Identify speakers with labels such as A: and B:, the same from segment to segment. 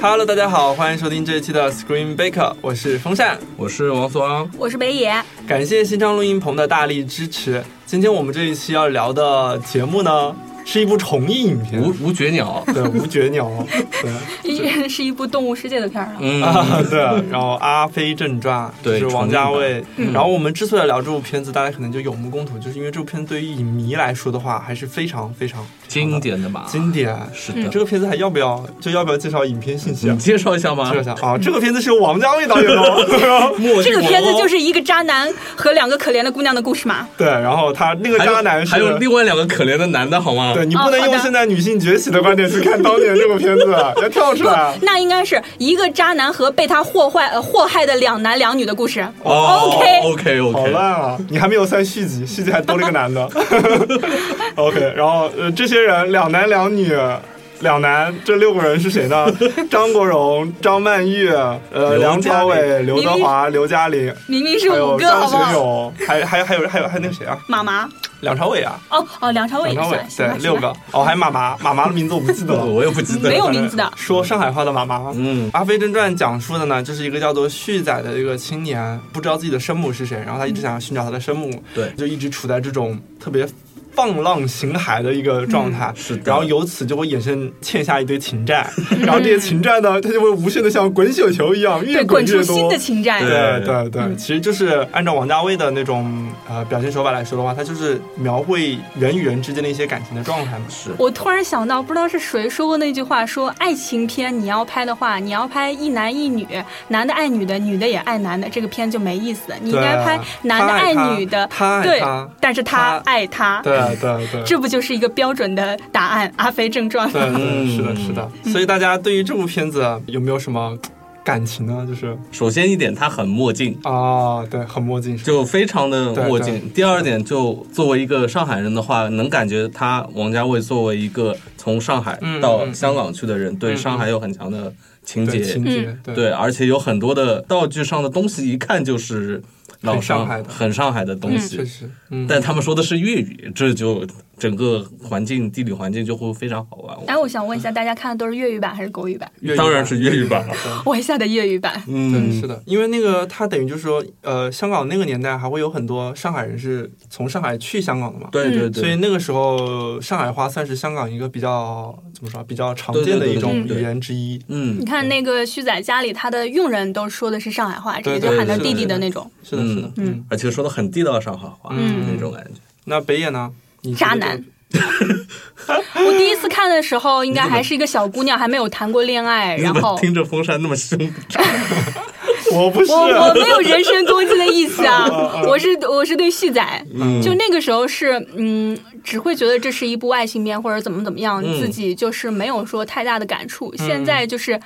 A: Hello，大家好，欢迎收听这一期的 Screen Baker，我是风扇，
B: 我是王苏昂，
C: 我是北野。
A: 感谢新昌录音棚的大力支持。今天我们这一期要聊的节目呢，是一部重映影片，，
B: 无无绝鸟
A: 对《无绝鸟》对，
C: 一 是一部动物世界的片儿了。
B: 嗯，
A: 啊，对，然后《阿飞正传》
B: 对
A: 就是王家卫。
C: 重映版嗯
A: 然后我们之所以聊这部片子，大家可能就有目共睹，就是因为这部片子对于影迷来说的话，还是非常非常
B: 经典的嘛，
A: 经典。
B: 是
C: 嗯
A: 这
B: 的，嗯
A: 个片子还要不要就要不要介绍影片信息啊
B: 你？介绍一下吗
A: 介绍？一下啊，这个片子是由王家卫导演的 哦，
B: 默
C: 这
B: 剧
C: 个片子就是是一个渣男和两个可怜的姑娘的故事嘛。
A: 对，然后他那个渣男是
B: 还有另外两个可怜的男的好吗？
A: 对，你不能
C: 哦好
A: 用
C: 的
A: 现在女性崛起的观点去看当年这部片子，啊 要跳出来。
C: 那应该是一个渣男和被他祸坏呃祸害的两男两女的故事。
B: 哦
C: OK
B: OK
A: 好
B: OK，
A: 烂啊！你还没有算续集，续集还多了一个男的。OK，然后呃，这些人两男两女，两男这六个人是谁 呢？张国荣、张曼玉、呃，
B: 刘
A: 梁朝伟、刘德
C: 明明
A: 华、刘嘉玲，
C: 明明是
A: 还
C: 五
A: 有
C: 个，
A: 张
C: 好不
A: 学
C: 好？
A: 友，还还还有还有还有那个谁啊？
C: 妈妈，
A: 梁朝伟啊，
C: 哦哦，梁朝伟
A: 梁朝
C: 也
A: 伟
C: 算，行吧
A: 对，六。
C: 行吧
A: 个。哦，还有妈妈，妈妈的名字我不记得了。
B: 我也不记得
C: 没。有名字的
A: 说上海话的妈妈。《
B: 嗯
A: 阿飞正传》讲述的呢，就是一个叫做旭仔的一个青年，不知道自己的生母是谁，然后他一直想要寻找他的生母，
B: 对
A: 就一直处在这种特别放浪形骸的一个状态，
B: 嗯是的
A: 然后由此就会衍生欠下一堆情 债，然后这些情债呢，它就会无限的像滚雪球一样越
C: 对，滚出
A: 越
C: 新
A: 多
C: 的。情债。
A: 对对对，
C: 嗯
A: 其实就是按照王家卫的那种呃表现手法来说的话，他就是描绘人与人之间的一些感情的状态嘛。
B: 是
C: 我突然想到，不知道是谁说过那句话，说爱情片你要拍的话，你要拍一男一女，男的爱女的，女的也爱男的，这个片就没意思。你应该
A: 对
C: 拍男的
A: 他爱他
C: 爱女的，
A: 他爱
C: 对
A: 他，
C: 但是他
A: 他
C: 爱他，
A: 对对对，
C: 这不就是一个标准的答案？《阿飞正传》
A: 对，对，
B: 嗯
A: 是的，是的。所以大家对于这部片子啊有没有什么感情呢？就是
B: 首先一点，他很墨镜。
A: 啊，对，很墨镜，是吧
B: 就非常的墨
A: 对对
B: 镜。第二点，就作为一个上海人的话，能感觉他王家卫作为一个从上海
A: 嗯
B: 到
A: 嗯
B: 香港去的人，对
A: 嗯
B: 上海有很强的情
A: 对
B: 节，
A: 情
C: 嗯
A: 节，
B: 对，而且有很多的道具上的东西，一看就是老
A: 很上
B: 上
A: 海的
B: 很上海的东西。
A: 确实，嗯，
B: 但他们说的是粤语，这就整个环境、地理环境就会非常好玩。
A: 啊
C: 哎，我想问一下，大家看的都是粤语版还是国语版？
A: 粤语
B: 当然是粤语版了。
C: 我下的粤语版。
A: 对对，
B: 嗯
A: 是，的，因为那个他等于就是说，呃，香港那个年代还会有很多上海人是从上海去香港的嘛，
B: 对对
A: 所以
B: 对，
A: 那个时候上海话算是香港一个比较怎么说啊比较常见的一种
C: 对
B: 对对对
A: 语言之一。
B: 嗯
C: 你，看那个旭仔家里，他的佣人都说的是上海话，直接就喊他弟弟的那种。
A: 是的，是的，
C: 嗯
A: 嗯。
B: 而且说的很地道上海话
A: 嗯
B: 那种感觉。
A: 那北野呢？你觉得
C: 渣男我第一次看的时候，应该还是一个小姑娘，还没有谈过恋 爱，
B: 你
C: 然
B: 怎么
C: 后
B: 听着风扇那么凶？
A: 我不是， 啊
C: 我我没有人身攻击的意思啊，我是我是对旭仔，
B: 嗯
C: 就那个时候是嗯，只会觉得这是一部爱情片或者怎么怎么样，
B: 嗯
C: 自己就是没有说太大的感触。现在就是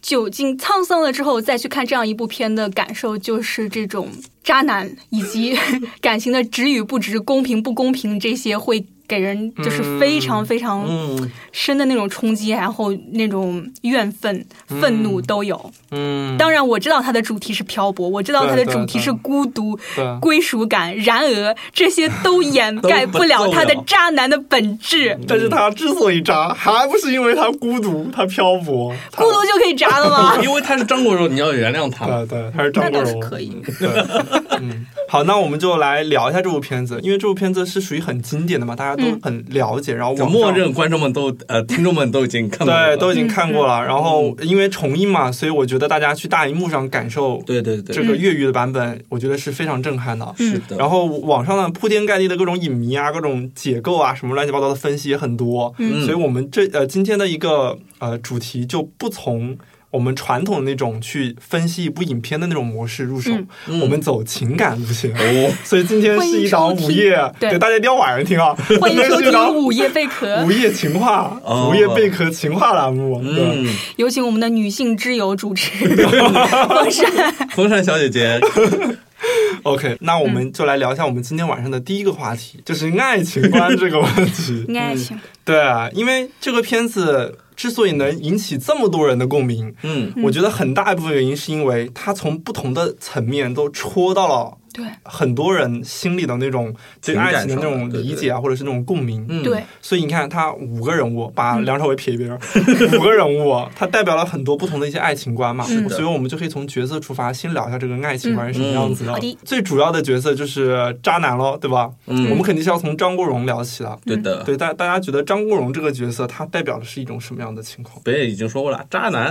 C: 久经沧桑了之后，再去看这样一部片的感受，就是这种渣男以及感情的值与不值、公平不公平这些会。给人就是非常非常
B: 嗯，
C: 深的那种冲击，然后那种怨愤、愤怒都有。
A: 嗯，
C: 当然，我知道它的主题是漂泊，我知道它的
A: 对对
C: 主题是
A: 对
C: 孤独、
A: 对。
C: 归属感。然而，这些都掩盖
B: 都不
C: 不了
B: 够
C: 他的
B: 了
C: 渣男的本质。
A: 但是他之所以渣，还不是因为他孤独，他漂泊，他
C: 孤独就可以渣了吗？
B: 因为他是张国荣，你要原谅他。
A: 对对，他是张
C: 那
A: 国
C: 倒
A: 荣
C: 是。可以。
A: 对嗯，好，那我们就来聊一下这部片子，因为这部片子是属于很经典的嘛，大家
C: 嗯
A: 都很了解，然后
B: 就
A: 网
B: 默
A: 上
B: 认观众们都呃，听众们都已经看到了嗯
A: 对都已经看过
C: 嗯
A: 了。然后因为重映嘛，所以我觉得大家去大荧幕上感受
B: 对对对
A: 这，个粤语的版本，我觉得是非常震撼
C: 嗯
A: 的。
B: 是的。
A: 嗯然后网上呢铺天盖地的各种影迷啊、各种解构啊、什么乱七八糟的分析也很多，
B: 嗯
A: 所以我们这呃今天的一个呃主题就不从我们传统的那种去分析一部影片的那种模式入手，
B: 嗯
A: 我们走情感路线。
B: 哦，
A: 所以今天是一档午夜
C: 欢迎收听，对
A: 大家一定要晚上听啊！
C: 欢迎收
A: 是一
C: 听
A: 档
C: 《午夜贝壳》
A: 午，夜情话、
B: 哦
A: 午夜贝壳情话栏目。对，
B: 嗯，
C: 有请我们的女性之友主 持风扇。
B: 风扇小姐姐，
A: OK，那我们就来聊一下我们今天晚上的第一个话题，就是爱情观这个问 题。
C: 爱情，
A: 对啊，因为这个片子之所以能引起这么多人的共鸣，
B: 嗯，
A: 我觉得很大一部分原因是因为它从不同的层面都戳到了
C: 对
A: 很多人心里的那种对爱情的那
B: 情感上
A: 种
B: 的对
A: 理解啊，或者是那种共鸣。
B: 嗯，
C: 对，
A: 所以你看，他五个人物把梁朝伟撇一 边儿，五个人物，他代表了很多不同的一些爱情观嘛。
C: 是的
A: 所以我们就可以从角色出发，先聊一下这个爱情观是什么样子的。
C: 嗯好的
A: 最主要的角色就是渣男咯，对吧？
B: 嗯
A: 我们肯定是要从张国荣聊起的。
C: 嗯
B: 对 的。
A: 对，大大家觉得张国荣这个角色，他代表的是一种什么样的情况？
B: 北野已经说过了，渣男，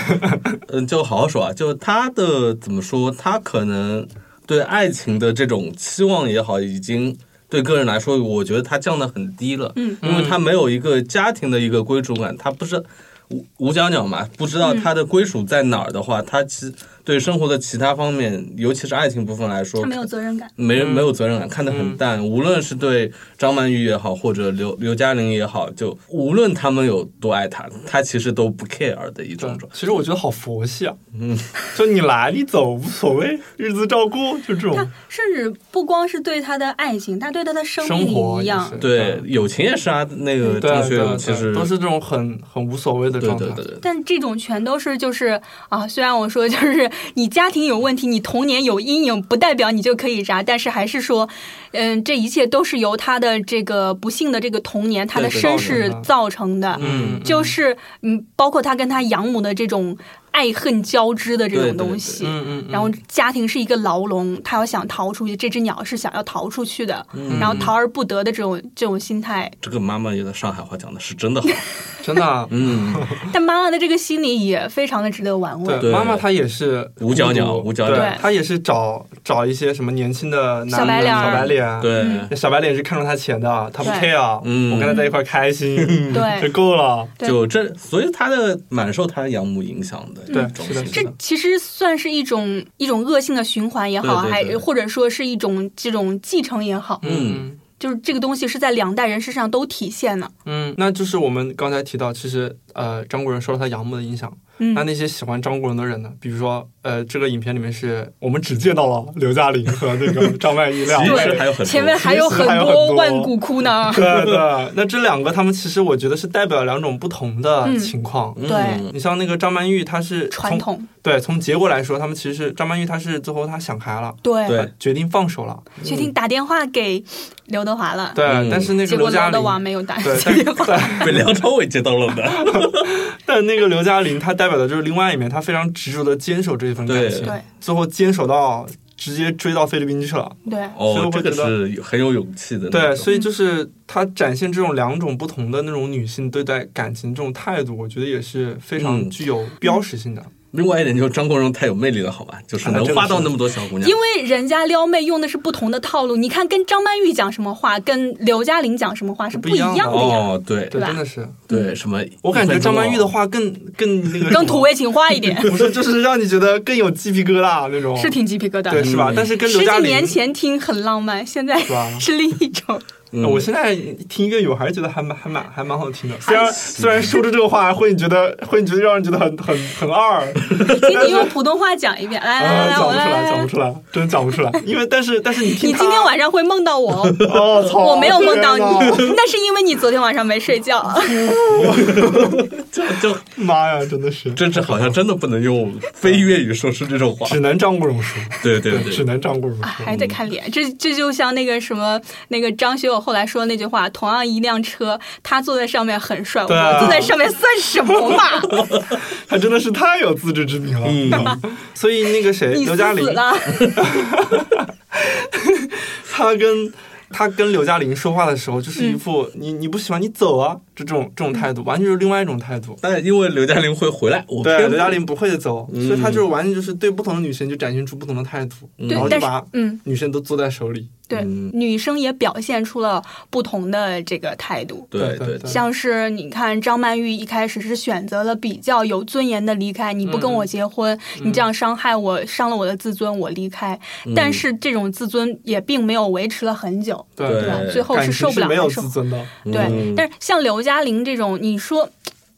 B: 嗯，就好好说啊，就他的怎么说，他可能对爱情的这种期望也好，已经对个人来说，我觉得他降得很低了，
C: 嗯，
B: 因为他没有一个家庭的一个归属感，他不是无无脚鸟嘛，不知道
C: 嗯
B: 他的归属在哪儿的话，他其对生活的其他方面，尤其是爱情部分来说
C: 他，没有责任感。
B: 没
A: 嗯
B: 没有责任感，看得很淡。无论是对张曼玉也好，或者刘刘嘉玲也好，就无论他们有多爱他，他其实都不 care 的一种状态。
A: 其实我觉得好佛系啊，嗯， 就你来你走无所谓，日子照过，就这种
C: 他甚至不光是对他的爱情，他对他的生
A: 生
C: 命
A: 活
C: 也一
A: 也
C: 样
A: 是。
B: 对，友情也是啊，那个
A: 对
B: 张学
A: 对
B: 友
A: 对，
B: 其实
A: 都是这种很很无所谓的
B: 对
A: 状态
B: 对。对对，
C: 但这种全都是就是啊，虽然我说就是你家庭有问题，你童年有阴影，不代表你就可以渣，但是还是说，嗯，这一切都是由他的这个不幸的这个童年，他的
B: 对
C: 身世
A: 对
C: 造成的，
B: 嗯
C: 就是嗯，包括他跟他养母的这种爱恨交织的这
B: 对
C: 种
B: 对
C: 东
B: 对
C: 西，
A: 嗯嗯，嗯
C: 然后家庭是一个牢笼，他要想逃出去，这只鸟是想要逃出去的，
B: 嗯
C: 然后逃而不得的这种这种心态。
B: 这个妈妈有的上海话讲的是真的好，
A: 真的啊，
B: 嗯，
C: 但妈妈的这个心理也非常的值得玩味。
A: 对，
B: 对
A: 妈妈她也是
B: 无脚鸟
A: 孤独
B: 无脚
A: 对
C: 鸟
A: 她也是找找一些什么年轻的男
C: 小白脸
A: 小
C: 儿
A: 白脸，，
B: 对，
A: 小白脸是看中她钱的，啊她不
C: 对
A: care，
B: 嗯
A: 我跟她在一块儿开心，
C: 对
A: 就够了。
C: 对
B: 就这，所以他的蛮受他养母影响的，
A: 对
B: 种
A: 是的
B: 心
A: 是
C: 这
A: 的
C: 其实算是一种一种恶性的循环也
B: 对对
C: 好，
B: 对
C: 还或者说是一种这种继承也好，
B: 嗯
C: 就是这个东西是在两代人身上都体现的。
A: 嗯，那就是我们刚才提到，其实呃，张国荣受到他养母的影响。
C: 嗯
A: 那，那些喜欢张国荣的人呢？比如说，呃，这个影片里面是我们只见到了刘嘉玲和那 个张曼玉两
B: 其
A: 位
B: 实，还有很多
C: 前面还有很
A: 其实还有很
C: 多
A: 多
C: 万古枯呢。
A: 对对，那这两个他们其实我觉得是代表两种不同的
C: 嗯
A: 情况。
B: 嗯
C: 对
A: 你像那个张曼玉，她是
C: 传
A: 从
C: 统
A: 对，从结果来说，他们其实是张曼玉，她是最后她想开了，
C: 对，
B: 对
A: 她决定放手了，
C: 决定打电话给刘德华了，
A: 对。
B: 嗯
A: 但是那个
C: 结
A: 刘
C: 果
A: 嘉
C: 刘德华
A: 玲，
C: 没有打
A: 对，
C: 接电
A: 但
C: 话。
A: 但
B: 被梁朝伟接到了的。
A: 但那个刘嘉玲，她代表的就是另外一面，她非常执着的坚守这一份感
B: 对
A: 情，
C: 对
A: 最后坚守到直接追到菲律宾去了。嗯
C: 对，
A: 所以我，
B: 哦这个
A: 觉得
B: 是很有勇气的那种。
A: 对，所以就是她展现这种两种不同的那种女性对待感情这种态度，我觉得也是非常
B: 嗯
A: 具有标识性的。
C: 嗯
B: 另外一点就是张国荣太有魅力了，好
A: 啊
B: 吧，就是能花到那么多小姑娘
C: 因。为人家撩妹用的是不同的套路，你看跟张曼玉讲什么话，跟刘嘉玲讲什么话是不一样的呀，
B: 哦，对
A: 对，
C: 吧
A: 真的是，
B: 对，什么？
A: 我感觉张曼玉
B: 啊
A: 的，话更更 那个什么
C: 更土，味情话一点，
A: 不是，就是让你觉得更有鸡皮疙瘩那种。嗯
C: 是挺鸡皮疙瘩
A: 对，
C: 的。
A: 是吧？但是跟
C: 十
A: 刘嘉
C: 几
A: 玲
C: 年前听很浪漫，现在
A: 是吧
C: 是另一种。
B: 嗯
A: 啊我现在听粤语，我还是觉得还蛮还蛮还蛮好听的。虽然虽然说出这个话会你觉得会你觉得让人觉得很很很二，
C: 请你用普通话讲一遍，来来
A: 啊，
C: 来来，
A: 讲
C: 我
A: 不出
C: 来
A: 来，
C: 来
A: 讲
C: 来
A: 不，出来，真讲不出来。 因为但是但是你听
C: 你
A: 他
C: 今天晚上会梦 到我哦，
A: 哦，嗯操，
C: 我没有梦 到你
A: 天哪，
C: 那是因为你昨天晚上没睡觉。
B: 就就
A: 妈呀，真的是，
B: 这这好 像真的不能用非粤语说出这种话。
A: 只能张国荣说，
B: 对对
A: 只
B: 对，
A: 能张国荣说。
C: 还得哎看脸，这这就像那个什么，那个张学友后来说那句话：“同样一辆车，他坐在上面很帅，
A: 对啊
C: 我坐在上面算什么嘛？
A: 他真的是太有自知之明了。
B: 嗯，
A: 所以那个谁，
C: 你
A: 刘
C: 死
A: 嘉玲
C: 死，了。
A: 她跟。她跟刘嘉玲说话的时候，就是一副、
C: 嗯
A: 你你不喜欢你走啊，就这种这种态度，完全就是另外一种态度。
B: 但因为刘嘉玲会回来，我
A: 对，啊
B: 偏
A: 刘嘉玲不会走，
B: 嗯
A: 所以她就是完全就是对不同的女生就展现出不同的态度，
C: 对
A: 然后，就
C: 但是
A: 把
C: 嗯，
A: 女生都攥在手里。
C: 对，
B: 嗯
C: 女生也表现出了不同的这个态度。
B: 对
A: 对
B: 对
A: 对
C: 像是你看张曼玉一开始是选择了比较有尊严的离开，你不跟我结婚，
A: 嗯
C: 你这样伤害我，伤了我的自尊，我离开。但是这种自尊也并没有维持了很久，
A: 对
B: 对
C: 对吧？
B: 哎
C: 最后
A: 感情
C: 受不了
A: 没有
C: 难受
A: 自尊的，
C: 对，
B: 嗯
C: 但是像刘嘉玲这种，你说。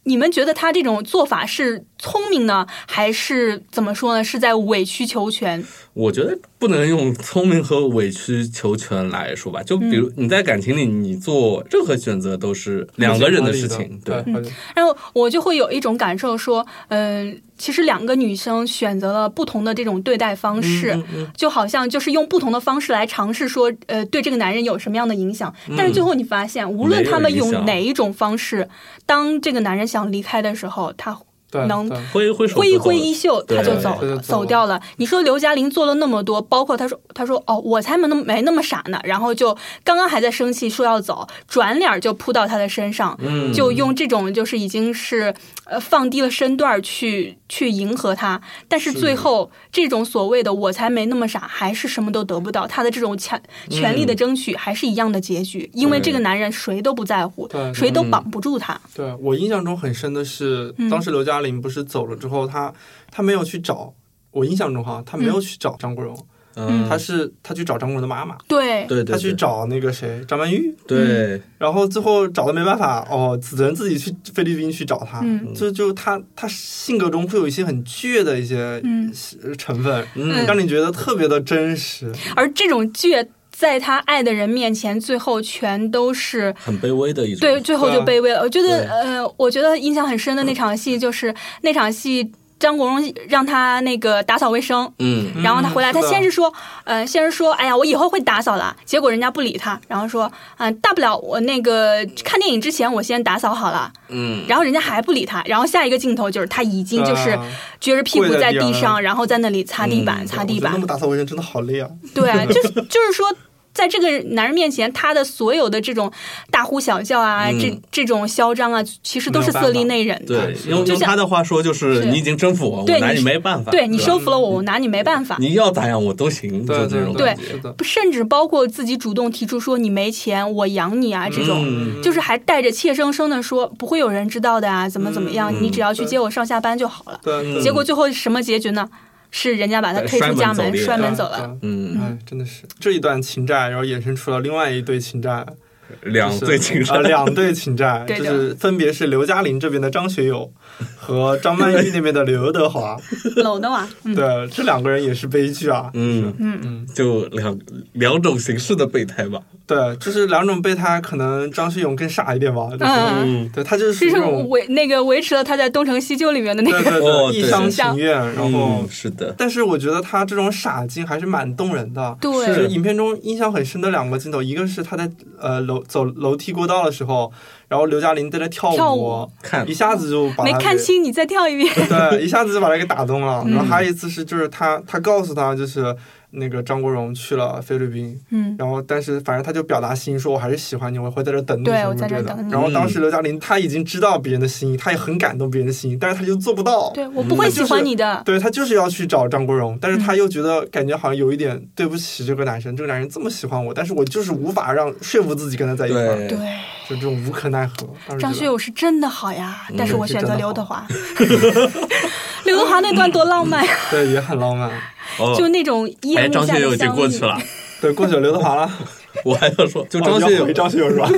C: 你们觉得她这种做法是聪明呢，还是怎么说呢？是在委曲求全？
B: 我觉得不能用聪明和委曲求全来说吧。就比
A: 嗯
B: 如你在感情里，你做任何选择都是两个人的事情，对
A: 对，
C: 然后我就会有一种感受说，嗯、其实两个女生选择了不同的这种对待方式，
B: 嗯嗯
C: 就好像就是用不同的方式来尝试说，呃，对这个男人有什么样的影响。
B: 嗯
C: 但是最后你发现，无论他们用哪一种方式，当这个男人想离开的时候，他
A: 对，
C: 能
A: 对
B: 挥挥手
C: 挥一
B: 就走
C: 挥
B: 了
C: 衣袖，
B: 对
C: 他就走
A: 他就走
C: 了，
A: 了
C: 走掉了。你说刘嘉玲做了那么多，包括他说他说哦，我才没那么没那么傻呢，然后就刚刚还在生气说要走，转脸就扑到他的身上，
B: 嗯
C: 就用这种就是已经是呃放低了身段去去迎合他，但是最后这种所谓的我才没那么傻，还是什么都得不到，他的这种权权力的争取还是一样的结局，因为
B: 对
C: 这个男人谁都不在乎
A: 对，
C: 谁都绑不住他，
A: 对我印象中很深的是，
C: 嗯
A: 当时刘嘉玲不是走了之后，她她没有去找，我印象中哈，她没有去找张国荣，
B: 嗯，
A: 她是她去找张国荣的妈妈，
C: 对
B: 对对，对
A: 她去找那个谁张曼玉，
B: 对，
A: 然后最后找的没办法，哦，只能自己去菲律宾去找她，
C: 嗯
A: 就就她她性格中会有一些很倔的一些呃
C: 嗯
A: 成分，
B: 嗯
A: 让你觉得特别的真实，
C: 而这种倔，在他爱的人面前，最后全都是。
B: 很卑微的一种，
C: 对，最后就卑微了。我觉
B: 对
C: 得，呃，我觉得印象很深的那场戏，就是那场戏，张国荣让他那个打扫卫生，
B: 嗯，
C: 然后他回来，
A: 嗯
C: 他
A: 是的
C: 先是说，呃，先是说，哎呀，我以后会打扫啦。结果人家不理他，然后说，嗯、大不了我那个看电影之前我先打扫好了。
B: 嗯
C: 然后人家还不理他，然后下一个镜头就是他已经就是
A: 啊
C: 撅着屁股
A: 跪在
C: 在
A: 地
C: 地
A: 上
C: 上，然后在那里擦地板，
B: 嗯
C: 擦
A: 我
C: 地
A: 觉得
C: 板
A: 那。么打扫卫生真的好累啊，
C: 对啊，就是就是说，在这个男人面前，他的所有的这种大呼小叫啊，
B: 嗯
C: 这这种嚣张啊，其实都是色厉内荏的
B: 对。，用
C: 就
B: 用
C: 像
B: 他的话说就是
C: 是
B: 你已经征服我，
C: 对
B: 我拿
C: 你
B: 你没办法，
C: 对你
B: 吧
C: 收服了我，我拿你没办法。
B: 你要咋样我都行，
A: 对
B: 就这种
A: 对
B: 感觉
A: 是的，
C: 甚至包括自己主动提出说你没钱，我养你啊这种。
B: 嗯
C: 就是还带着怯生生的说不会有人知道的啊，怎么怎么样，
B: 嗯
C: 你只要去接我上下班就好了。
A: 对，
B: 嗯
A: 对
C: 结果最后什么结局呢？是人家把他推出家门，
B: 摔
C: 摔
B: 门
C: 门走了。。
A: 对
B: 嗯，
A: 哎，真的是这一段情债，然后衍生出了另外一对情债，
B: 两
A: 就是
B: 最情
A: 呃
B: 商，
A: 两对情债，
C: 对
A: 就
C: 的
A: 是分别是刘嘉玲这边的张学友和张曼玉那边的刘德华，
C: 搂的哇， 嗯，
A: 对，这两个人也是悲剧啊，
B: 嗯嗯，就两两种形式的备胎吧，
A: 对，就是两种备胎，可能张学友更傻一点吧，就是
C: 嗯
B: 嗯
A: 对他就是
C: 这
A: 那
C: 是
A: 种，
C: 维那个维持了他在《东成西就》里面的那
A: 对
C: 个
A: 对
B: 哦
A: 对，一
B: 对
A: 厢情愿，然后
B: 嗯。是的，
A: 但是我觉得他这种傻劲还是蛮动人的，
C: 对
A: 就是影片中印象很深的两个镜头，一个是他在呃楼走楼梯过道的时候，然后刘嘉玲在那跳舞，
C: 跳舞
B: 看
A: 一下子就把
C: 没
A: 他
C: 看
A: 给，
C: 清，嗯你再跳一遍。
A: 对，一下子就把他给打动了。然后还有一次是，就是他他告诉他就是那个张国荣去了菲律宾，
C: 嗯，
A: 然后但是反正他就表达心意说，我还是喜欢你，我会在这等你
C: 对
A: 什么
C: 我在
A: 之类
C: 这
A: 的
C: 儿等。你
A: 然后当时刘嘉玲她已经知道别人的心意，她也很感动别人的心意，但是她就做不到。嗯
C: 对我不会喜欢你的。
A: 对她就是要去找张国荣，但是
C: 嗯
A: 她又觉得感觉好像有一点对不起这个男生，这个男人这么喜欢我，但是我就是无法让说服自己跟他在一块儿，
B: 对，
C: 对，
A: 就这种无可奈何。当时
C: 张
A: 觉
C: 学
A: 得
C: 友是真的好呀，但是我选择
A: 是真的好
C: 刘德华。 刘德华那段多浪漫呀，
A: 对也很浪漫，
B: 哦
C: 就那种夜
B: 哎，
C: 幕
B: 张
C: 下
B: 学友
C: 的
B: 已经
C: 相
B: 过去
C: 遇。
B: 了，
A: 对过久刘德华了。
B: 我还要说，就 张
A: 哦
B: 学
A: 要
B: 友
A: 回张学友是吧？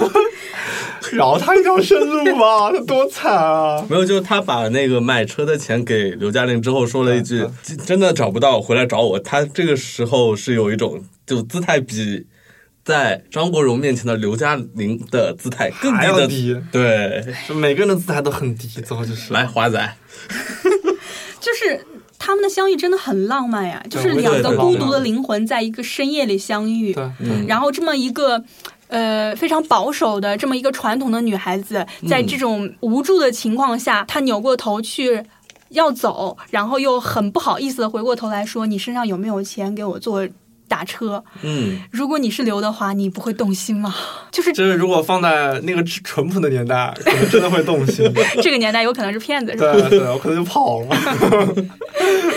A: 饶他一条生路吧，他多惨啊！
B: 没有，就是他把那个买车的钱给刘嘉玲之后，说了一句
A: 嗯：“
B: 真的找不到，回来找我。”他这个时候是有一种就姿态比在张国荣面前的刘嘉玲的姿态更
A: 还
B: 低
A: 要
B: 的。
A: 低，
B: 对，
A: 就每个人的姿态都很低，最后就是
B: 来华仔，
C: 就是他们的相遇真的很浪漫呀，就是
A: 对
C: 两个
B: 对
C: 孤
B: 对
C: 独的灵魂在一个深夜里相遇
A: 对，，
B: 嗯，
C: 然后这么一个。呃，非常保守的这么一个传统的女孩子，
A: 嗯
C: 在这种无助的情况下，她扭过头去要走，然后又很不好意思的回过头来说：“你身上有没有钱给我坐打车？”
B: 嗯，
C: 如果你是刘德华，你不会动心吗？就是
A: 这如果放在那个淳朴的年代，可能真的会动心。
C: 这个年代有可能是骗子，是吧？
A: 对对，我可能就跑了。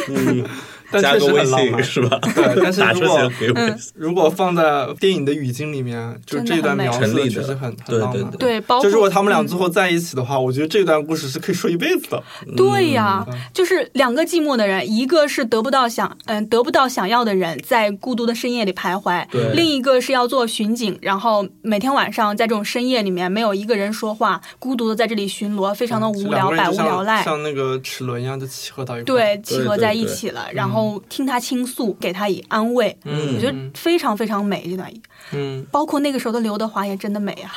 A: 嗯但
B: 嗯
A: 确
B: 加个
A: 实
B: 微
A: 很浪漫
B: 信。是吧？
A: 对但 是
B: 打车
A: 如果
B: 钱给我
C: 嗯。
A: 如果放在电影的语境里面，就这一段描述确实很很浪漫。
C: 对，包括
A: 就如果他们俩最后在一起的话，我觉得这段故事是可以说一辈子的。
C: 对呀、
A: 嗯
C: 就是两个寂寞的人，一个是得不到想嗯得不到想要的人，在孤独的深夜里徘徊
B: 对；
C: 嗯另一个是要做巡警，然后每天晚上在这种深夜里面没有一个人说话，孤独的在这里巡逻，非常的
A: 就
C: 无
A: 两个
C: 聊，
A: 人
C: 百
A: 就
C: 无
A: 像
C: 聊赖。
A: 像那个齿轮一样就契合到一块儿。
C: 对，契合在一
B: 对
A: 嗯
C: 起了，然后听他倾诉，给他以安慰，我
B: 嗯
C: 觉得非常非常美这段。
A: 嗯，
C: 包括那个时候的刘德华也真的美啊，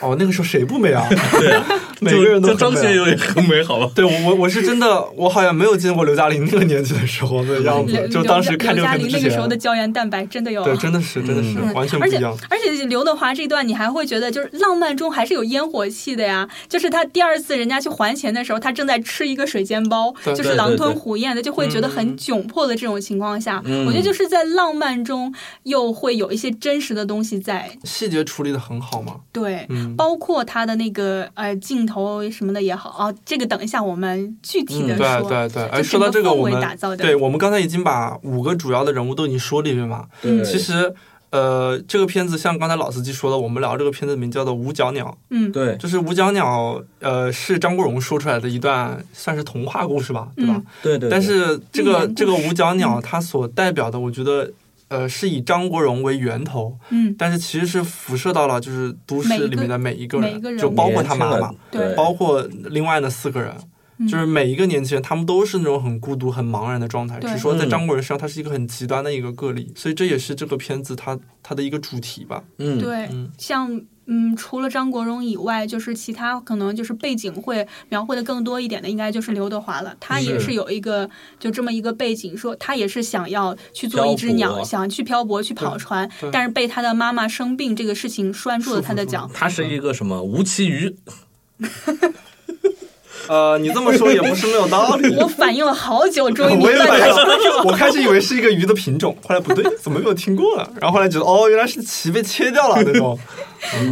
A: 哦，那个时候谁不美啊？
B: 对啊，
A: 每个人都
B: 就就
A: 很
B: 张
A: 美啊
B: 学友也很美好吧？
A: 对我我我是真的，我好像没有见过刘嘉玲那个年纪的时候的样
C: 刘
A: 子， 就当时
C: 刘
A: 看这个
C: 刘嘉
A: 片子
C: 玲
A: 之
C: 那
A: 前
C: 个，时候的胶原蛋白真的有。啊
A: 对，真的是真的是、
C: 嗯
A: 完全不
C: 而
A: 一
C: 且
A: 样。
C: 而且刘德华这段你还会觉得就是浪漫中还是有烟火气的呀，就是他第二次人家去还钱的时候，他正在吃一个水煎包，
A: 对
C: 就
B: 对
C: 是狼
B: 对
C: 吞
B: 对
C: 虎咽的，就会觉得很
A: 嗯
C: 窘迫的这种情况下，
B: 嗯
C: 我觉得就是在浪漫中又会有一些真实的东西在，
A: 细节处理的很好嘛，
C: 对。
A: 嗯，
C: 包括他的那个呃镜头什么的也好哦，这个等一下我们具体的
B: 嗯
C: 说。
A: 对对对。哎，
C: 就
A: 说到
C: 整个
A: 这个，
C: 氛
A: 我
C: 围
A: 们
C: 打造的
A: 对我们刚才已经把五个主要的人物都已经说了一遍嘛。
C: 嗯
A: 其实，呃，这个片子像刚才老司机说的，我们聊这个片子名叫做《五角鸟》。
C: 嗯，
B: 对，
A: 就是五角鸟，呃，是张国荣说出来的一段算是童话故事吧，对吧？
C: 嗯
B: 对对，
A: 但是这
C: 寓言
A: 个
C: 故事
A: 这个五角
C: 嗯
A: 鸟，它所代表的，我觉得，呃，是以张国荣为源头，
C: 嗯，
A: 但是其实是辐射到了就是都市里面的每一个
C: 每
A: 人，
C: 一个人
A: 就包括他妈妈，
C: 对
B: 对，
A: 包括另外的四个人，
C: 嗯
A: 就是每一个年轻人，他们都是那种很孤独、很茫然的状态。只
C: 对
A: 是说在
B: 嗯
A: 张国荣身上，他是一个很极端的一个个例，所以这也是这个片子它它的一个主题吧。
B: 嗯，
C: 对，
A: 嗯
C: 像嗯，除了张国荣以外，就是其他可能就是背景会描绘的更多一点的，应该就是刘德华了。他也
B: 是
C: 是有一个就这么一个背景，说他也是想要去做
B: 漂
C: 一只鸟，
B: 泊
C: 想去漂泊去跑船
A: 对，
C: 但是被他的妈妈生病这个事情拴住了他的脚。
B: 他是一个什么吴奇鱼，
A: 呃，你这么说也不是没有道理。
C: 我反应了好久， 终于明
A: 我也
C: 白
A: 买
C: 他
A: 了，我开始以为是一个鱼的品种，后来不对，怎么没有听过了？然后后来觉得哦，原来是鳍被切掉了那 种。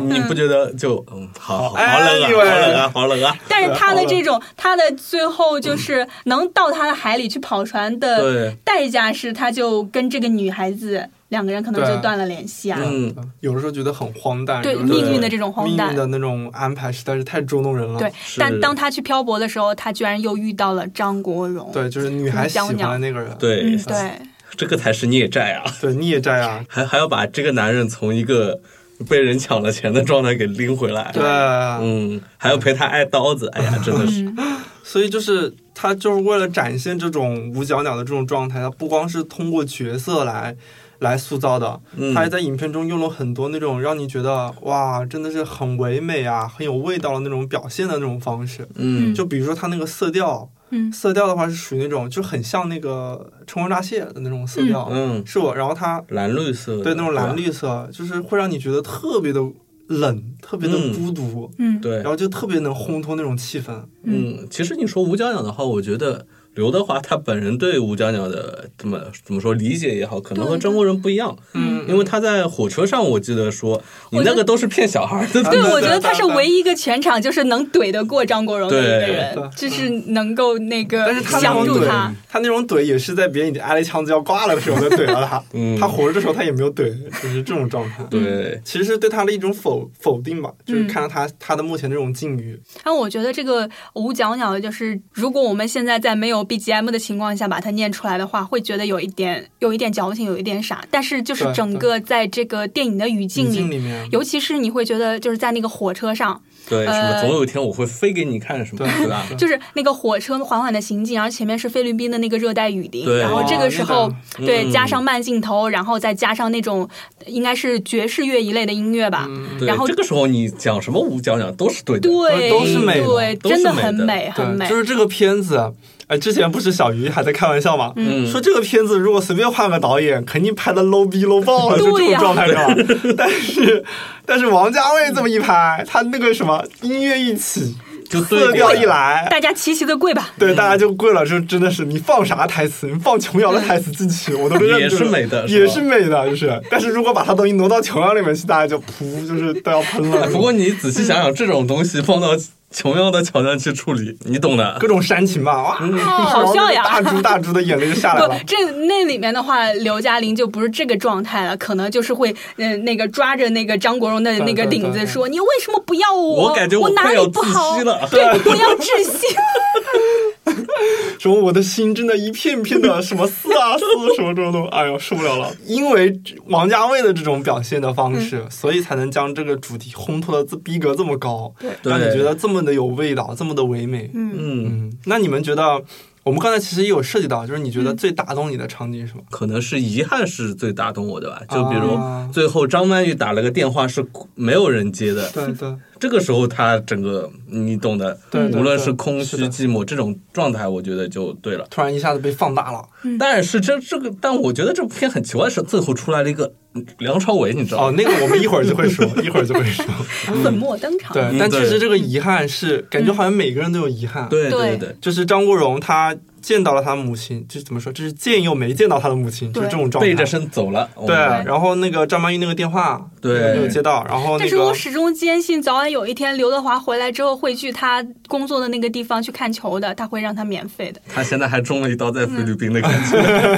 B: 你不觉得就嗯，好好
A: 哎
B: 冷啊，
A: 呦
B: 好
A: 喂
B: 冷啊，好冷啊，
C: 但是他的这种，他的最后就是能到他的海里去跑船的
B: 对，
C: 代价是，他就跟这个女孩子两个人可能
A: 对
C: 就断了联系啊。
B: 嗯，
A: 有的时候觉得很荒诞，
C: 对
A: 有的时候
C: 命运的这种荒
A: 命
C: 诞
A: 运，的那种安排实在是太捉弄人了。
C: 对。
B: 是
C: 但当他去漂泊的时候，他居然又遇到了张国荣。
A: 对，就是女孩喜欢的那个人，
B: 对
C: 嗯，，对，
B: 这个才是孽债啊，
A: 对孽债啊，
B: 还还要把这个男人从一个被人抢了钱的状态给拎回来，
A: 对，
B: 嗯，还要陪他挨刀子，哎呀，真的是，
C: 嗯，
A: 所以就是他就是为了展现这种五角鸟的这种状态，他不光是通过角色来来塑造的，
B: 嗯
A: 他还在影片中用了很多那种让你觉得哇，真的是很唯美啊，很有味道的那种表现的那种方式。
B: 嗯，
A: 就比如说他那个色调，
C: 嗯
A: 色调的话是属于那种就很像那个《春光乍泄》的那种色调，
B: 嗯，
A: 是我。然后它
B: 蓝绿色的，
A: 对那种蓝
B: 吧，
A: 绿色，就是会让你觉得特别的冷，特别的
B: 嗯
A: 孤独，
C: 嗯，
B: 对
A: 然，后就特别能烘托那种气氛。
B: 嗯，其实你说五角鸟的话，我觉得刘德华他本人对五角鸟的怎么怎么说理解也好，可能和
C: 对
B: 中国人不一样，
A: 嗯
B: 因为他在火车上，我记得说你
C: 我觉
B: 那
C: 得
B: 个都是骗小孩的，。
C: 对，
A: 对
C: 我觉得
A: 对
C: 他是
A: 对
C: 唯一一个全场就是能怼得过张国荣的一个人，
A: 对嗯
C: 就是能够那个
A: 但是他那
C: 降
A: 种
C: 住
A: 怼
C: 他。，
A: 他那种怼也是在别人已经挨了一枪子要挂了的时候才怼了 他
B: 嗯
A: 他嗯活着的时候他也没有怼，就是这种状态。
B: 对，
A: 其实是对他的一种否否定吧，就是
C: 嗯
A: 看到他、他的目前这种境遇，
C: 但我觉得这个五角鸟，就是如果我们现在在没有 BGM 的情况下把它念出来的话，会觉得有一点有一点矫情，有一点傻。但是就是
A: 对
C: 整
A: 对
C: 个在这个电影的语境
A: 境
C: 里，
A: 里面，
C: 尤其是你会觉得就是在那个火车上，
B: 对，什么
C: 呃
B: 总有一天我会飞给你看什么，
A: 对
B: 对吧？
C: 就是那个火车缓缓的行进，然后前面是菲律宾的那个热带雨林，
B: 对
C: 然后这个时候
A: 哦、
B: 那个
C: 对
B: 嗯
C: 加上慢镜头，然后再加上那种应该是爵士乐一类的音乐吧，
A: 嗯，
B: 对
C: 然后
B: 这个时候你讲什么五角鸟都是对的，
C: 对，
A: 都是美的
C: 对，
B: 都是
C: 真的
B: 美
C: 很
B: 的
C: 美，很美
A: 对，就。是这个片子，哎，之前不是小鱼还在开玩笑嘛，
B: 嗯，
A: 说这个片子如果随便换个导演，肯定拍的 low 逼 low 爆了，就这
C: 对
A: 种
C: 呀
A: 状态上。 但是但是王家卫这么一拍，他那个什么音乐一起，
B: 就对
A: 色
B: 过
A: 调
B: 来
A: 一来，
C: 大家齐齐的跪吧，
A: 对，大家就跪了，就真的是你放啥台词，你放琼瑶的台词进去，我都认真
B: 也是美的是吧
A: 也是美的，就是。但是如果把它东西挪到琼瑶里面去，大家就噗，就是都要喷了。
B: 不过你仔细想想，这种东西放到琼瑶的桥段去处理，你懂的。
A: 各种煽情吧，哇，
B: 嗯
C: 好笑呀
A: 然后那个大珠大珠的眼泪就下来
C: 不
A: 了，。
C: 这那里面的话，刘嘉玲就不是这个状态了，可能就是会，嗯、那个抓着那个张国荣的
A: 对
C: 那个
A: 对
C: 领
A: 对
C: 子说：“你为什么不要我？
B: 我感觉我
C: 哪
B: 快
C: 里
B: 要
C: 不
B: 窒
C: 好
B: 息？了，
C: 对，我要窒息了。
A: 什么我的心真的一片片的什么撕啊撕什么这种东西，哎呦受不了了。因为王家卫的这种表现的方式，
C: 嗯
A: 所以才能将这个主题烘托的这逼格这么高，
C: 对
A: 让你
B: 对
A: 觉得这么的有味道，这么的唯美。
C: 嗯
B: 嗯，
A: 嗯，那你们觉得？我们刚才其实也有涉及到，就是你
C: 嗯
A: 觉得最打动你的场景是什么？
B: 可能是遗憾是最打动我的吧。就比如
A: 啊
B: 最后张曼玉打了个电话是没有人接的，
A: 对对
B: 这个时候她整个你懂的，
A: 对对
B: 无论
A: 对
B: 是空
A: 是
B: 虚
A: 的
B: 寂寞这种状态，我觉得就对了。
A: 突然一下子被放大了。
B: 但是这这个，但我觉得这部片很奇怪，是最后出来了一个梁朝伟，你知道
A: 哦
B: 吗？，
A: 那个我们一会儿就 会说，一会儿就会说。
C: 粉墨登场。
A: 对，但
B: 嗯对
A: 确实这个遗憾是感觉好像每个人都有遗憾。，
B: 对
C: 对
B: 对，
A: 就是张国荣他见到了他母亲，就是怎么说，就是见又没见到他的母亲，就是这种状态。
B: 背着身走了。
A: 对，
B: 哦
A: 然后那个张曼玉那个电话
B: 对
A: 没有接到，然后
C: 但
A: 那
C: 是我
A: 个
C: 始终坚信，早晚有一天刘德华回来之后会去他工作的那个地方去看球的，他会让他免费的。
B: 他现在还中了一刀在菲律宾的感 觉。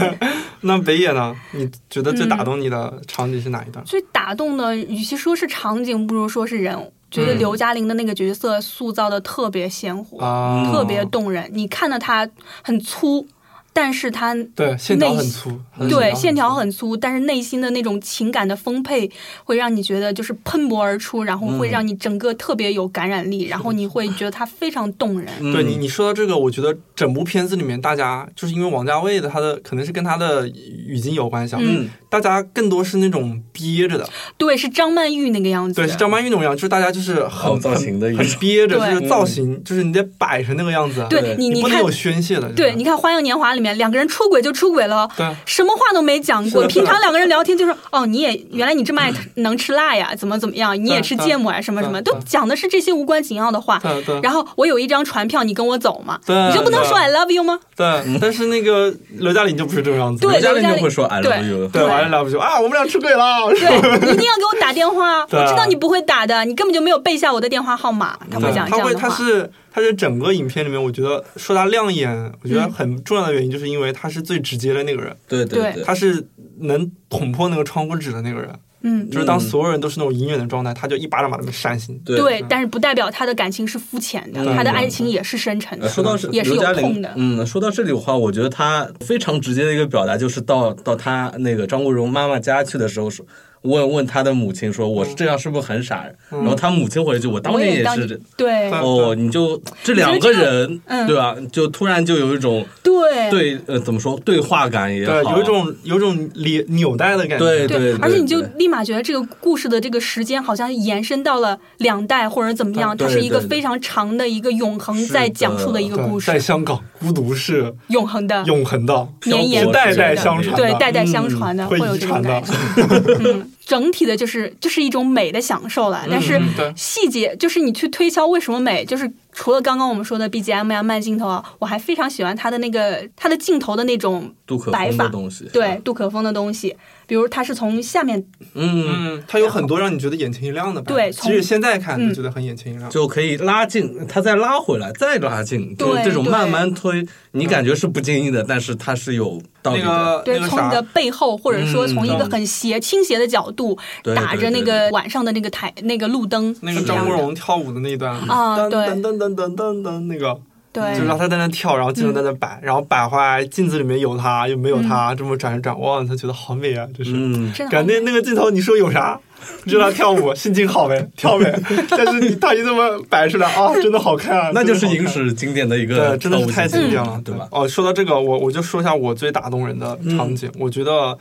A: 那北野呢？你觉
C: 嗯
A: 得最打动你的场景是哪一段？
C: 最打动的，与其说是场景，不如说是人物。觉得刘嘉玲的那个角色塑造的特别鲜活，
A: 嗯啊、
C: 特别动人。你看到她很粗，但是她
A: 对，线条很粗，很
C: 对
A: 粗
C: 线条很粗，但是内心的那种情感的丰沛，会让你觉得就是喷薄而出，然后会
A: 嗯
C: 让你整个特别有感染力，然后你会觉得她非常动人。
B: 嗯
A: 对你，你说到这个，我觉得整部片子里面，大家就是因为王家卫的他的可能是跟他的语境有关系，啊，
B: 嗯，
A: 大家更多是那种憋着的，
C: 对，是张曼玉那个样子。
A: 对，是张曼玉那种样，就是大家就是很、
B: 哦造型的
A: 很
B: 一
A: 很
B: 种嗯
A: 憋着，
C: 对
A: 就是造型，就是你得摆成那个样子，
C: 对你，
A: 啊你
C: 你
A: 不能
C: 看
A: 有，宣泄的，
C: 对，
A: 就是
C: 你看《花样年华》里面两个人出轨就出轨了，
A: 对。
C: 什么话都没讲
A: 是
C: 过。
A: 的
C: 平常两个人聊天就是，哦，你也原来你这么爱能吃辣呀，怎么怎么样，
A: 嗯
C: 你也吃芥末啊，什么什么，
A: 对
C: 都讲的是这些无关紧要的话。
A: 对对
C: 然后我有一张船票，你跟我走嘛？
A: 嗯对嗯
C: 你就不能说
A: 对
C: I love you 吗？
A: 对，但是那个刘嘉玲就不是这种样子，
C: 对
B: 刘嘉
C: 刘嘉
B: 玲
C: 玲
B: 就会说 I
C: 对
B: love you。
A: 对，完了了不就啊，我们俩出轨了，
C: 对，你一定要给我打电话，
A: 对啊
C: 我知道你不会打的，你根本就没有背下我的电话号码。他会
A: 对，
C: 啊讲这
A: 嗯他
C: 样
A: 会，
C: 的
A: 他
C: 话。
A: 是他是整个影片里面，我觉得说他亮眼，我觉
C: 嗯
A: 得很重要的原因，就是因为他是最直接的那个人，
B: 对
C: 对
B: 对，
A: 他是能捅破那个窗户纸的那个人。
C: 嗯，
A: 就是当
B: 嗯
A: 所有人都是那种隐忍的状态，他就一巴掌把他们扇醒。
B: 对
C: 对，但是不代表他的感情是肤浅的，
B: 嗯
C: 他的爱情也是深沉的
B: 呃。说到是
C: 也是
B: 刘
C: 有
B: 嘉
C: 痛
B: 玲
C: 的，。
B: 嗯，说到这里的话，我觉得她非常直接的一个表达就是到到她那个张国荣妈妈家去的时候说。问问她的母亲说：“我是这样是不是很傻？”然后她母亲回了一句：“我当
C: 我
B: 年
C: 也
B: 也
C: 当
B: 是
C: 你
B: 这。”
C: 对
A: 嗯
B: 哦，你就这两
C: 你觉
B: 个
C: 得这个
B: 人，
C: 嗯
B: 对吧？就突然就有一种
C: 对
B: 对呃怎么说对话感也
A: 对，
B: 好，
A: 有一种有一种扭扭带的感觉。
B: 对
C: 对
B: 对，
C: 而且你就
B: 对
C: 立马觉得这个故事的这个时间好像延伸到了两代或者怎么样，
B: 对
C: 它是一个
B: 对
C: 非常长的一个永恒
B: 是
C: 在
B: 的
C: 讲述的一个
A: 对
C: 故
A: 在
C: 事，
A: 香港，孤独是
C: 永恒的，
A: 永恒的，
C: 绵延
A: 是
C: 不
A: 代
C: 绝
A: 代
C: 的
A: 相传的，
C: 对代代相传的，
A: 会
C: 会有
A: 遗
C: 这
A: 传
C: 种
A: 的
C: 感觉。。 嗯，整体的就是就是一种美的享受了，但是
A: 嗯对
C: 细节就是你去推敲为什么美，就是除了刚刚我们说的 BGM 呀、慢镜头啊，我还非常喜欢它的那个它的镜头的那种
B: 杜可
C: 白
B: 风
C: 发
B: 的东西，
C: 对，杜可风的东西，比如它是从下面
B: 嗯，
A: 嗯，它有很多让你觉得眼前一亮的吧。
C: 对
A: 其实
C: 从
A: 现在看
C: 嗯
A: 就觉得很眼前一亮。
B: 就可以拉近，它再拉回来，再拉近，就是
C: 对
B: 这种
C: 对
B: 慢慢推，你感觉是不经意的，但是它是有道理
A: 那
B: 的。
A: 个
C: 对，
A: 那个
C: 从你的
A: 啥，
C: 背后，或者说
B: 嗯
C: 从一个
B: 让
C: 很斜倾斜的角度
B: 对
C: 打
B: 对
C: 着那
B: 对
C: 个晚上的那个台那个路灯，
A: 那
C: 是
A: 个
C: 这样
A: 张国
C: 的
A: 荣跳舞的那一段，
C: 啊
A: 噔
C: 对
A: 噔噔噔噔噔噔，那个
C: 对嗯
A: 就是让他在那跳，然后镜头在那摆，然后摆回来，镜子里面有他又没有他，这么转一转，哇，他觉得好美啊，就是。
B: 嗯，
C: 真的
A: 感
C: 好
A: 觉那个镜头，你说有啥？就让他跳舞，心情好呗，跳呗。 但是你他一这么摆出来啊，真的好看啊！
B: 那就是
A: 真的好看
B: 影史经典的一个
A: 对，真的是太经典
B: 跳舞
A: 了
B: 景，对吧？嗯
A: 哦，说到这个，我我就说一下我最打动人的场景，我觉得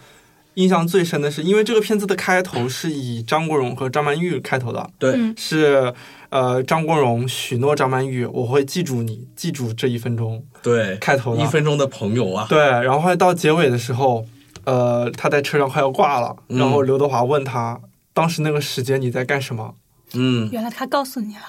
A: 印象最深的是，因为这个片子的开头是以张国荣和张曼玉开头的，
B: 对，
C: 嗯
A: 是呃张国荣许诺张曼玉，我会记住你，记住这一分钟
B: 对，
A: 开头
B: 一
A: 的，
B: 分钟的朋友啊，
A: 对，然后后来到结尾的时候，呃，他在车上快要挂了，
B: 嗯
A: 然后刘德华问他。当时那个时间你在干什么？
B: 嗯，
C: 原来他告诉你了，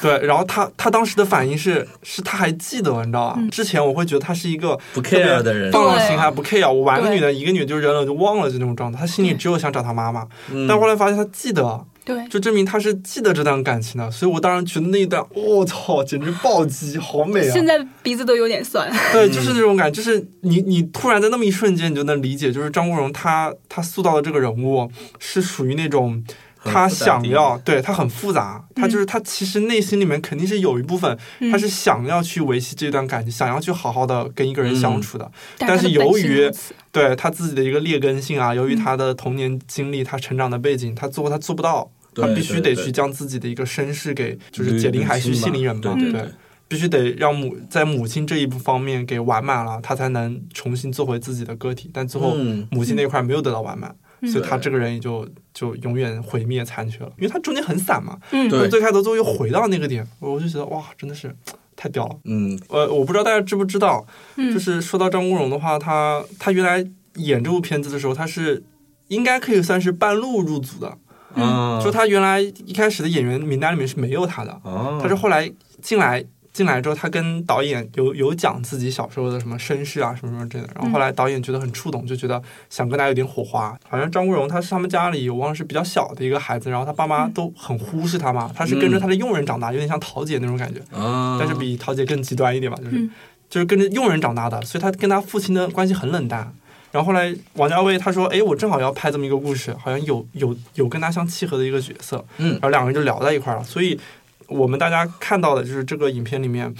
A: 对，然后他他当时的反应是，是他还记得，你知道吧？之前我会觉得他是一个
B: 不 care 的人，
A: 放
C: 嗯对
A: 了心还不 care，我玩个
C: 对嗯
A: 女的，一个女就扔了就忘了这种状态，她心里只有想找她妈妈。
B: 嗯
A: 但后来发现她记得，
C: 对，
A: 就证明她是记得这段感情的。所以我当时觉得那一段，我、操，简直暴击，好美啊
C: 现！在鼻子都有点酸，
A: 对，就是这种感觉，就是你你突然在那么一瞬间，你就能理解，就是张国荣他他塑造的这个人物是属于那种。
B: 很
A: 他
B: 复杂
A: 想
B: 的
A: 要，对他很复杂，他就是他其实内心里面肯定是有一部分，他是想要去维系这段感情，想要去好好的跟一个人相
B: 嗯
A: 处的，但
C: 但
A: 是
C: 他的
A: 由
C: 本性
A: 于
C: 如此
A: 对他自己的一个劣根性啊，由于
C: 嗯
A: 他的童年经历、他成长的背景，他做他做不到，他
B: 对
A: 必须
B: 对
A: 得
B: 对
A: 去将自己的一个身世给就是
B: 捋
A: 解铃还须
B: 清
A: 系
B: 嘛
A: 铃人嘛，
B: 对对
C: 对
A: 对必须得让母在母亲这一部方面给完满了，他才能重新做回自己的个体。但最后
B: 嗯
A: 母亲那块没有得到完满，
C: 嗯
A: 所以他这个人也就就永远毁灭残缺了，因为他中间很散嘛。
C: 嗯，
B: 对
A: 最开头最后又回到那个点，我就觉得哇，真的是太屌了。
B: 嗯，
A: 呃，我不知道大家知不知道，
C: 嗯
A: 就是说到张国荣的话，他他原来演这部片子的时候，他是应该可以算是半路入组的，
C: 嗯
B: 啊，
A: 就他原来一开始的演员名单里面是没有他的，
B: 啊，
A: 他是后来进来进来之后，他跟导演有有讲自己小时候的什么身世啊，什么什么之类的。然后后来导演觉得很触动，就觉得想跟他有点火花。好像张国荣他是他们家里我忘了是比较小的一个孩子，然后他爸妈都很忽视他嘛，他是跟着他的佣人长大，有点像桃姐那种感觉，
B: 啊，
A: 但是比桃姐更极端一点吧，就是、
C: 嗯
A: 就是跟着佣人长大的，所以他跟他父亲的关系很冷淡。然后后来王家卫他说：“哎，我正好要拍这么一个故事，好像有有有跟他相契合的一个角色。”
B: 嗯
A: 然后两个人就聊在一块儿了。所以我们大家看到的就是这个影片里面，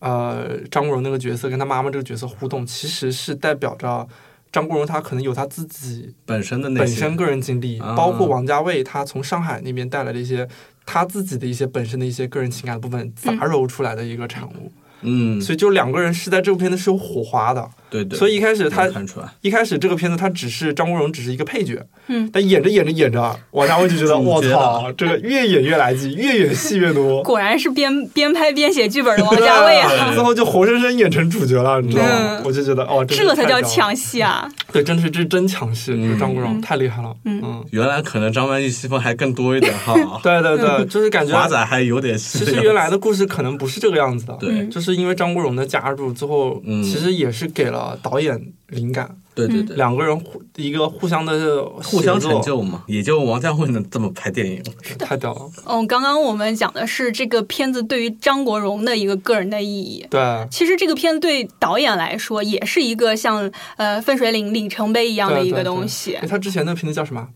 A: 呃，张国荣那个角色跟他妈妈这个角色互动，其实是代表着张国荣他可能有他自己
B: 本身的那
A: 本
B: 些
A: 身个人经历，
B: 啊
A: 包括王家卫他从上海那边带来的一些他自己的一些本身的一些个人情感部
C: 嗯
A: 分杂糅出来的一个产物。
B: 嗯，
A: 所以就两个人是在这部片子是有火花的。
B: 对对，
A: 所以一开始他
B: 能看出来，
A: 一开始这个片子他只是张国荣只是一个配角，
C: 嗯
A: 但演着演着演着，王家卫就觉得我
B: 总结了
A: 操，这个越演越来劲，越演戏越多，
C: 果然是边边拍边写剧本的王家卫 啊，
A: 最后就活生生演成主角了，你知道吗
C: 嗯？
A: 我就觉得哦，真的
C: 这才
A: 太屌
C: 叫
A: 了，
C: 抢戏啊！
A: 对，真的是这真强势，
B: 嗯
A: 这个张国荣
C: 嗯
A: 太厉害了，
C: 嗯
A: 嗯，
B: 原来可能张曼玉戏份还更多一点哈，
A: 对对
C: 嗯
A: 对，就是感觉
B: 华仔还有点 戏
A: 其
B: 的样子。
A: 实原来的故事可能不是这个样子的，
B: 对
C: 嗯
A: 就是因为张国荣的加入之后，
B: 嗯
A: 其实也是给了导演灵感，
B: 对对
C: 嗯
B: 对，
A: 两个人互一个互相的
B: 互相
A: 协作
B: 成，就嘛，也就王家卫能这么拍电影。
A: 太屌了，
C: 嗯，刚刚我们讲的是这个片子对于张国荣的一个个人的意义。
A: 对。
C: 其实这个片子对导演来说也是一个像呃分水岭里程碑一样的一个东西
A: 哎，他之前那个片子叫什么？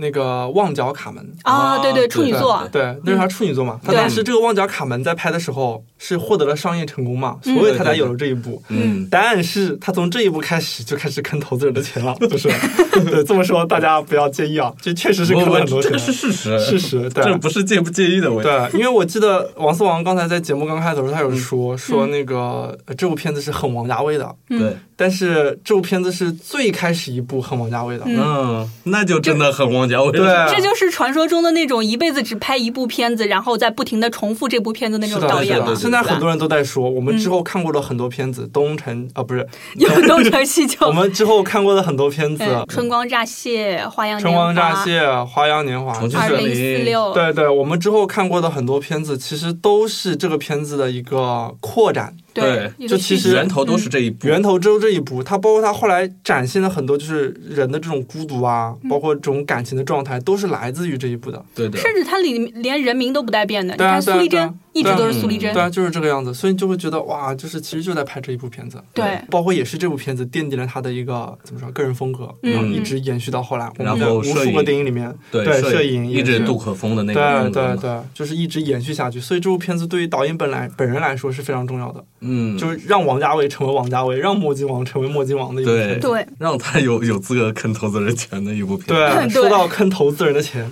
A: 那个《旺角卡门
C: 啊，对
B: 对
C: 处女
B: 对
C: 座，》，
A: 哦对，那是他处女作
B: 嗯
A: 嘛。他
C: 对
A: 当时这个《旺角卡门》在拍的时候是获得了商业成功嘛，所
C: 嗯
A: 以他才有了这一部。
B: 嗯，
A: 但是他从这一步开始就开始坑投资人的钱了，就是， 对，这么说大家不要介意啊，这确实是
B: 不
A: 坑了很
B: 不，
A: 多
B: 这
A: 钱，
B: 个是事实，
A: 事实，对，
B: 这不是介不介意的问题。
A: 对，因为我记得王思王刚才在节目刚开头，
C: 嗯
A: 他有说、说那个、呃这部片子是很王家卫的，
C: 嗯
B: 对，
A: 但是这部片子是最开始一部很王家卫的，
C: 嗯
B: 嗯，那就真的很王家卫
A: 对
B: 了。，
C: 这就是传说中的那种一辈子只拍一部片子，然后再不停的重复这部片子那
A: 是
C: 种
A: 的，
C: 导演
A: 是
C: 嘛。
A: 的现在很
C: 对吧嗯
A: 多人都在说，我们之后看过的很多片子，《东城》啊，不是，
C: 有东成西就，
A: 我们之后看过的很多片子，
C: 嗯，
A: 《
C: 春光乍泄，花样
A: 春
C: 年
A: 光
C: 华，
A: 乍泄》《花样年华》，
B: 重
A: 就
B: 庆
C: 二
A: 是
B: 水
C: 零四六，
A: 对对，我们之后看过的很多片子，其实都是这个片子的一个扩展。
B: 对
C: 一个
A: 就其
C: 续
A: 实
C: 集
B: 源头都是这一部。
A: 源头之后这一步，它包括它后来展现了很多就是人的这种孤独啊，
C: 嗯
A: 包括这种感情的状态，都是来自于这一步的。
B: 对的，
C: 甚至它里连人名都不带变的。你
A: 对啊
C: 看
A: 对啊
C: 苏丽
A: 对啊
C: 珍一直
A: 对啊
C: 都是苏丽珍
A: 对，啊，就是这个样子，所以你就会觉得哇，就是其实就在拍这一部片子。
C: 对
A: 包括也是这部片子奠定了他的一个怎么说个人风格，
C: 嗯
A: 然后一直延续到后来，我
B: 然
A: 们
B: 后
A: 无
B: 摄
A: 数
B: 影
A: 个电影里面，
B: 对
A: 对摄影
B: 一
A: 也
B: 直
A: 是
B: 杜可风的那个嗯
A: 对啊
B: 风格
A: 对
B: 嘛，
A: 对，就是一直延续下去。所以这部片子对于导演本来本人来说是非常重要的，
B: 嗯，
A: 就是让王家卫成为王家卫，让墨镜王成为墨镜王的一部片
B: 对
A: 子。
C: 对，
B: 让他有有资格坑投资人钱的一部片。
A: 对，
C: 对
A: 说到坑投资人的钱，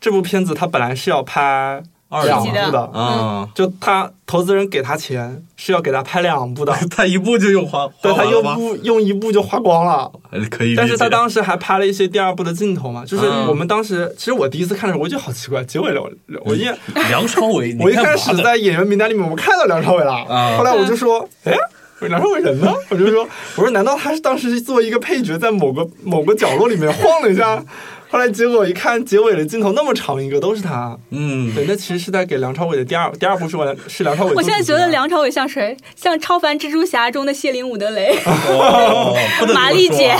A: 这部片子他本来是要拍
B: 二
A: 两
C: 集
A: 部
C: 的
A: 的。
B: 啊，
A: 就他投资人给他钱是要给他拍两部的，
B: 他一部就用花，
A: 对
B: 花
A: 他
B: 完
A: 用
B: 了吗
A: 不用一部就花光了，
B: 还是可以理解，
A: 但是他当时还拍了一些第二部的镜头嘛，就是
B: 嗯
A: 我们当时，其实我第一次看的时候，我就好奇怪，结尾了，我我一
B: 梁朝伟，
A: 我一
B: 你看
A: 开
B: 嘛
A: 始
B: 呢
A: 在演员名单里面，我看到梁朝伟了，
B: 啊
A: 后来我就说，哎。梁朝伟人呢？我就说，我说难道他是当时作为一个配角，在某个某个角落里面晃了一下？后来结果一看，结尾的镜头那么长一个都是他，
B: 嗯，
A: 对，那其实是在给梁朝伟的第二第二部是我是梁朝伟。
C: 我现在觉得，梁朝伟像谁？像《超凡蜘蛛侠》中的谢林伍德雷，
B: 哦不能这么说啊
C: 玛丽姐，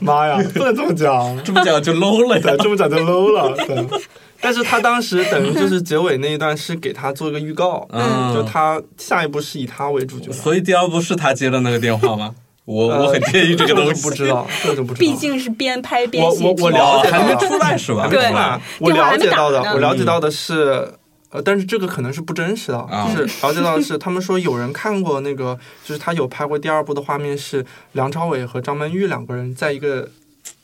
A: 妈呀，不能这么讲，
B: 这么讲就 low 了
A: 对，
B: 呀。
A: 这么讲就 low 了。对，但是他当时等于就是结尾那一段是给他做一个预告，
B: 嗯
A: 就他下一步是以他为主角。
B: 所以第二部是他接了那个电话吗？我
A: 呃
B: 我很介意这个东
A: 就
B: 西，
A: 不知 道， 这就不知道。
C: 毕竟是边拍边
A: 我
C: 写
A: 我
C: 剧
A: 我
C: 本
A: 了
B: 哦，
A: 解
B: 还没
A: 到
B: 出来是吧？
A: 还没
C: 对
A: 出来。我
C: 电话还
A: 了
C: 没
A: 解到的
C: 打，呢
A: 我了解到的是，呃，但是这个可能是不真实的，
B: 啊
C: 嗯
A: 就是了解到的是，他们说有人看过那个，就是他有拍过第二部的画面，是梁朝伟和张曼玉两个人在一个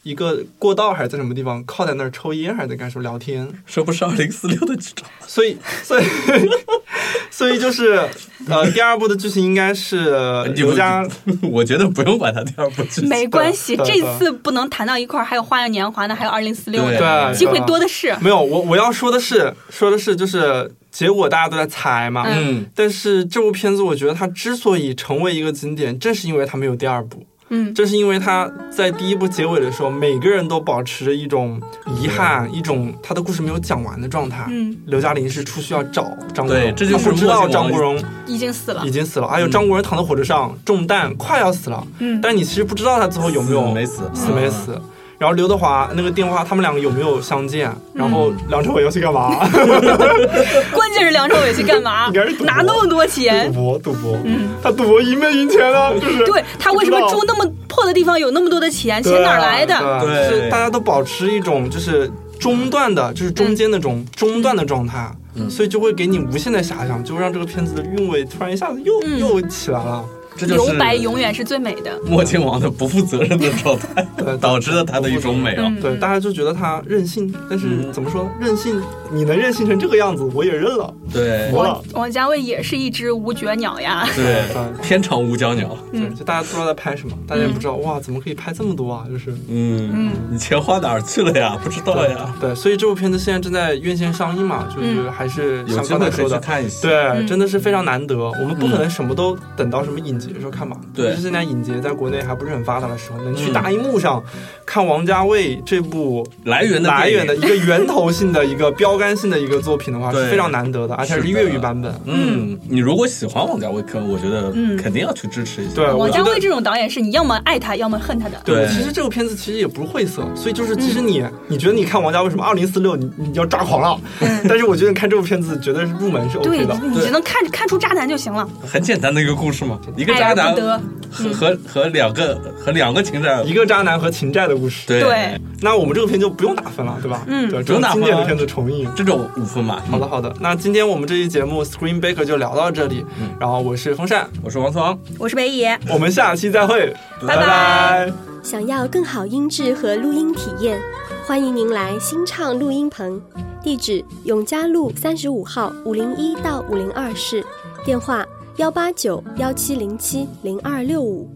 A: 一个过道还是在什么地方，靠在那儿抽烟还是在干什么聊天，
B: 这不是二零四六的剧照。
A: 所以所以 所以就是呃，第二部的剧情应该是呃
B: 你
A: 刘
B: 们
A: 家，
B: 我觉得不用把它第二部剧情
C: 没关系，
A: 对
C: 这
A: 对
C: 次不能谈到一块儿，还有《花样年华》呢，还有《二零四六》
B: 对
C: 呢，
A: 对
C: 机会多的是。
A: 没有，我我要说的是，说的是就是结果大家都在猜嘛。
C: 嗯
B: 嗯，
A: 但是这部片子，我觉得它之所以成为一个经典，正是因为它没有第二部，
C: 嗯，
A: 正是因为它在第一部结尾的时候，每个人都保持着一种遗憾，一种他的故事没有讲完的状态。
C: 嗯，
A: 刘嘉玲是出去要找张国荣，
B: 对这就是
A: 他不知道
B: 墨镜王
A: 张国荣
C: 已经死了
A: 已。经死
B: 嗯
A: 了，还有张国荣躺在火车上中弹，快要死了，
C: 嗯，
A: 但你其实不知道他最后有没有
B: 死没嗯死？
A: 死没死。然后刘德华那个电话，他们两个有没有相见？然后
C: 嗯
A: 梁朝伟要去干嘛？
C: 关键是梁朝伟去干 嘛
A: 应该是赌？博
C: 拿那么多钱
A: 赌，博，赌博。
C: 嗯，
A: 他赌博赢没赢钱呢？就是
C: 对他为什么
A: 不知道
C: 住那么破的地方有那么多的钱？钱哪儿来的？
A: 对啊，
B: 对
A: 就是大家都保持一种就是中断的，就是中间那
C: 嗯
A: 种中断的状态，啊
B: 嗯
A: 所以就会给你无限的遐想，就会让这个片子的韵味突然一下子又、
C: 嗯
A: 又起来了。
B: 这就
C: 留
B: 是
C: 白永远是最美的。
B: 墨镜王的不负责任的状态
A: 对，
B: 导致了他的一种美啊。
C: 嗯，
A: 对，大家就觉得他任性，但是
B: 嗯
A: 怎么说呢？任性，你能任性成这个样子，我也认了。
B: 对
A: 我
C: 王王家卫也是一只无绝鸟呀。
B: 对，天长无角鸟。
A: 对，
C: 嗯
A: 就大家都知道在拍什么，大家也不知道哇，怎么可以拍这么多啊？就是
B: 嗯，你钱花哪儿去了呀？不知道呀。
A: 对，所以这部片子现在正在院线上映嘛，就是
C: 嗯
A: 还是
B: 有
A: 像
B: 机
A: 刚才
B: 会可
A: 说
B: 以去
A: 的，
B: 看一下。
A: 对，
C: 嗯
A: 真的是非常难得。我们不可能什么都等到什么影节的时候看吧。
B: 嗯
A: 尤
B: 对
A: 其是现在影节在国内还不是很发达的时候，能去
B: 嗯
A: 大荧幕上看王家卫这部
B: 来源的
A: 来
B: 电
A: 源
B: 影
A: 的一个源头性的一个标杆性的一个作品的 话，
B: 对
A: 是非常难得的，而且还是
B: 是的
A: 粤语版本。
B: 嗯，你如果喜欢王家卫，可我觉得
C: 嗯
B: 肯定要去支持一下。
A: 对
C: 王
A: 我
C: 家
A: 觉得
C: 卫这种导演是你要么爱他，要么恨他的。
B: 对嗯
A: 其实这部片子其实也不是晦涩，所以就是其实你、你觉得你看王家卫什么二零四六，你你要抓狂了，
B: 嗯
A: 但是我觉得你看这部片子绝对是入门是 OK
C: 对
A: 的。
C: 你你只能看看出渣男就行了，
B: 很简单的一个故事嘛，一个
C: 爱
B: 渣
C: 而
B: 男
C: 不得。嗯
B: 和和和两个和两个情人
A: 一，个渣男和情债的故事，
B: 对
C: 对
A: 那我们这个片就不用打分了，对吧？
C: 嗯
A: 对，
B: 不用打分
A: 经
B: 啊
A: 典的
B: 了
A: 片子重映。
B: 这种五分吧。
A: 好的，
B: 嗯，
A: 好的。那今天我们这期节目《Screen Baker》就聊到这里。
C: 嗯
A: 然后我是风扇，
B: 我是王思王，
C: 我是北野，
A: 我们下期再会，
C: 拜拜
D: 想要更好音质和录音体验，欢迎您来新唱录音棚，地址永嘉路三十五号五零一到五零二室，电话幺八九幺七零七零二六五。